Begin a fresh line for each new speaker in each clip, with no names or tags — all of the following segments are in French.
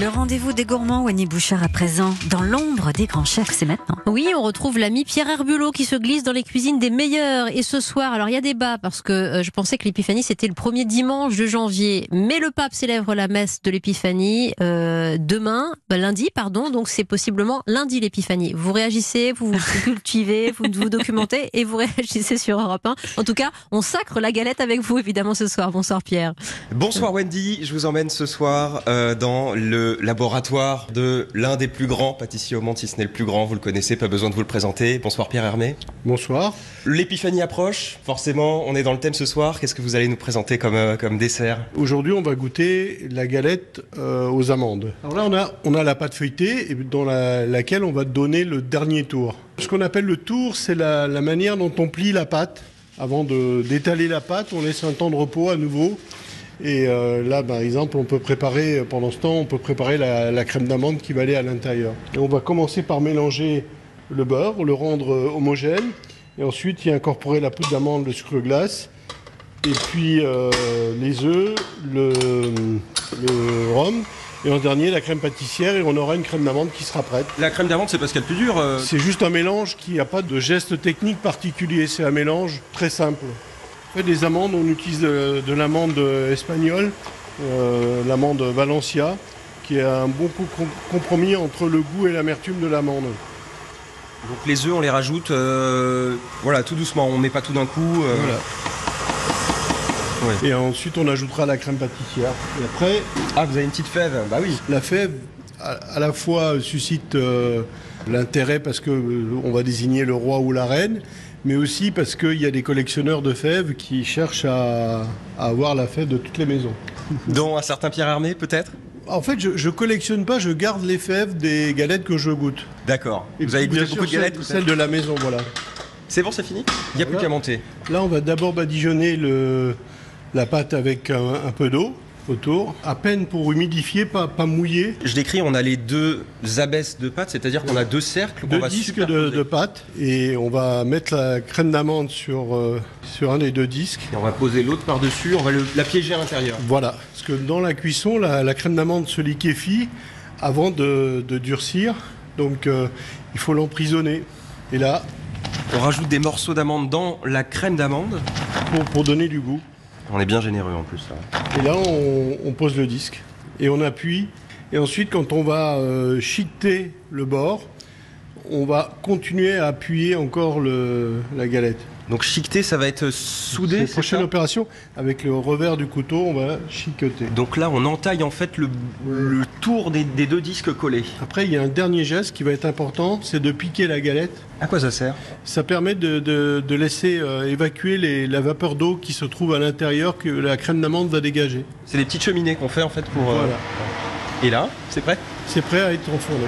Le rendez-vous des gourmands, Wany Bouchard, à présent, dans l'ombre des grands chefs, c'est maintenant.
Oui, on retrouve l'ami Pierre Herbulot qui se glisse dans les cuisines des meilleurs. Et ce soir, alors il y a débat parce que euh, je pensais que l'épiphanie c'était le premier dimanche de janvier, mais le pape célèbre la messe de l'épiphanie euh, demain, bah, lundi, pardon. Donc c'est possiblement lundi l'épiphanie. Vous réagissez, vous vous cultivez, vous vous documentez et vous réagissez sur Europe 1. En tout cas, on sacre la galette avec vous évidemment ce soir. Bonsoir Pierre.
Bonsoir Wendy, je vous emmène ce soir euh, dans le laboratoire de l'un des plus grands pâtissiers au monde, si ce n'est le plus grand, vous le connaissez, pas besoin de vous le présenter. Bonsoir Pierre Hermé.
Bonsoir.
L'épiphanie approche, forcément, on est dans le thème ce soir, qu'est-ce que vous allez nous présenter comme, euh, comme dessert
Aujourd'hui, on va goûter la galette euh, aux amandes. Alors là, on a, on a la pâte feuilletée et dans la- laquelle on va donner le dernier tour. Ce qu'on appelle le tour, c'est la, la manière dont on plie la pâte. Avant de- d'étaler la pâte, on laisse un temps de repos à nouveau. Et euh, là, par exemple, on peut préparer, pendant ce temps, on peut préparer la, la crème d'amande qui va aller à l'intérieur. Et on va commencer par mélanger le beurre, le rendre euh, homogène, et ensuite y incorporer la poudre d'amande, le sucre glace, et puis euh, les œufs, le, le rhum, et en dernier la crème pâtissière, et on aura une crème d'amande qui sera prête.
La crème d'amande, c'est euh. parce qu'elle est plus dure.
C'est juste un mélange qui n'a pas de geste technique particulier, c'est un mélange très simple. Après, des amandes, on utilise de, de l'amande espagnole, euh, l'amande Valencia, qui est un bon co- com- compromis entre le goût et l'amertume de l'amande.
Donc les œufs, on les rajoute, euh, voilà, tout doucement, on met pas tout d'un coup. euh,
Voilà. Et ensuite, on ajoutera la crème pâtissière. Et après,
Ah, vous avez une petite fève, bah oui.
La fève à, à la fois suscite euh, l'intérêt parce que euh, on va désigner le roi ou la reine, mais aussi parce qu'il y a des collectionneurs de fèves qui cherchent à, à avoir la fève de toutes les maisons.
Dont un certain Pierre Hermé, peut-être
En fait, je, je collectionne pas, je garde les fèves des galettes que je goûte.
D'accord. Vous avez
puis,
goûté
bien
beaucoup de Ah,
sûr,
galettes
celles,
peut-être
celles de la maison, voilà.
C'est bon, c'est fini Il n'y a plus
Voilà.
qu'à monter.
Là, on va d'abord badigeonner le- la pâte avec un, un peu d'eau autour, à peine pour humidifier, pas, pas mouiller.
Je décris, on a les deux abaisses de pâte, c'est-à-dire qu'on a deux cercles. qu'on
deux
va
disques de,
superposer.
de pâte et on va mettre la crème d'amande sur, euh, sur un des deux disques.
Et on va poser l'autre par-dessus, on va le- la piéger à l'intérieur.
Voilà, parce que dans la cuisson, la, la crème d'amande se liquéfie avant de, de durcir, donc euh, il faut l'emprisonner. Et là,
On rajoute des morceaux d'amande dans la crème d'amande.
pour, pour donner du goût,
On est bien généreux en plus. là.
et là on, on pose le disque et on appuie. Et ensuite, quand on va euh, chiqueter le bord, on va continuer à appuyer encore le- la galette.
Donc chiqueté, ça va être
C'est
soudé.
la
c'est
prochaine
ça
opération, avec le revers du couteau, on va chiqueter.
Donc là, on entaille en fait le, le tour des, des deux disques collés.
Après, il y a un dernier geste qui va être important, c'est de piquer la galette.
À quoi ça sert
Ça permet de, de- de laisser euh, évacuer les- la vapeur d'eau qui se trouve à l'intérieur que la crème d'amande va dégager.
C'est des petites cheminées qu'on fait en fait pour. euh,
Voilà,
Et là, c'est prêt
c'est prêt à être enfourné.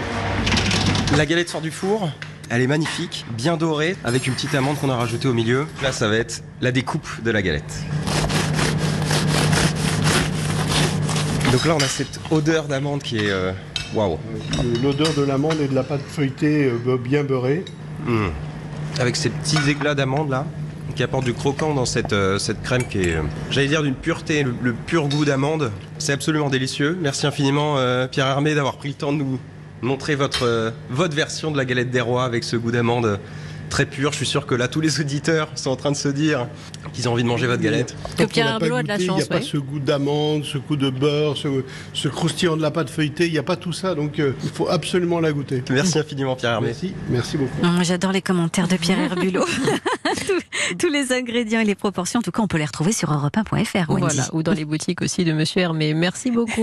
La galette sort du four. Elle est magnifique, bien dorée, avec une petite amande qu'on a rajoutée au milieu. Là, ça va être la découpe de la galette. Donc là, on a cette odeur d'amande qui est. euh, Waouh!
Euh, L'odeur de l'amande et de la pâte feuilletée euh, bien beurrée.
Mm. Avec ces petits éclats d'amande là, qui apportent du croquant dans cette, euh, cette crème qui est, euh, j'allais dire, d'une pureté, le, le pur goût d'amande. C'est absolument délicieux. Merci infiniment, euh, Pierre Hermé, d'avoir pris le temps de nous montrer votre, euh, votre version de la galette des rois avec ce goût d'amande très pur. Je suis sûr que là, tous les auditeurs sont en train de se dire qu'ils ont envie de manger votre galette.
Que
Quand on
Pierre
l'a pas
Herbelot a de la
goûté, Il n'y
chance,
a pas
ouais.
ce goût d'amande, ce goût de beurre, ce, ce croustillant de la pâte feuilletée, il n'y a pas tout ça, donc euh, il faut absolument la goûter.
Merci infiniment, Pierre Hermé.
Merci, merci beaucoup.
Hum, J'adore les commentaires de Pierre Herbulot. tous, tous les ingrédients et les proportions, en tout cas, on peut les retrouver sur europe1.fr. Wendy.
Voilà, ou dans les boutiques aussi de Monsieur Hermé. Merci beaucoup.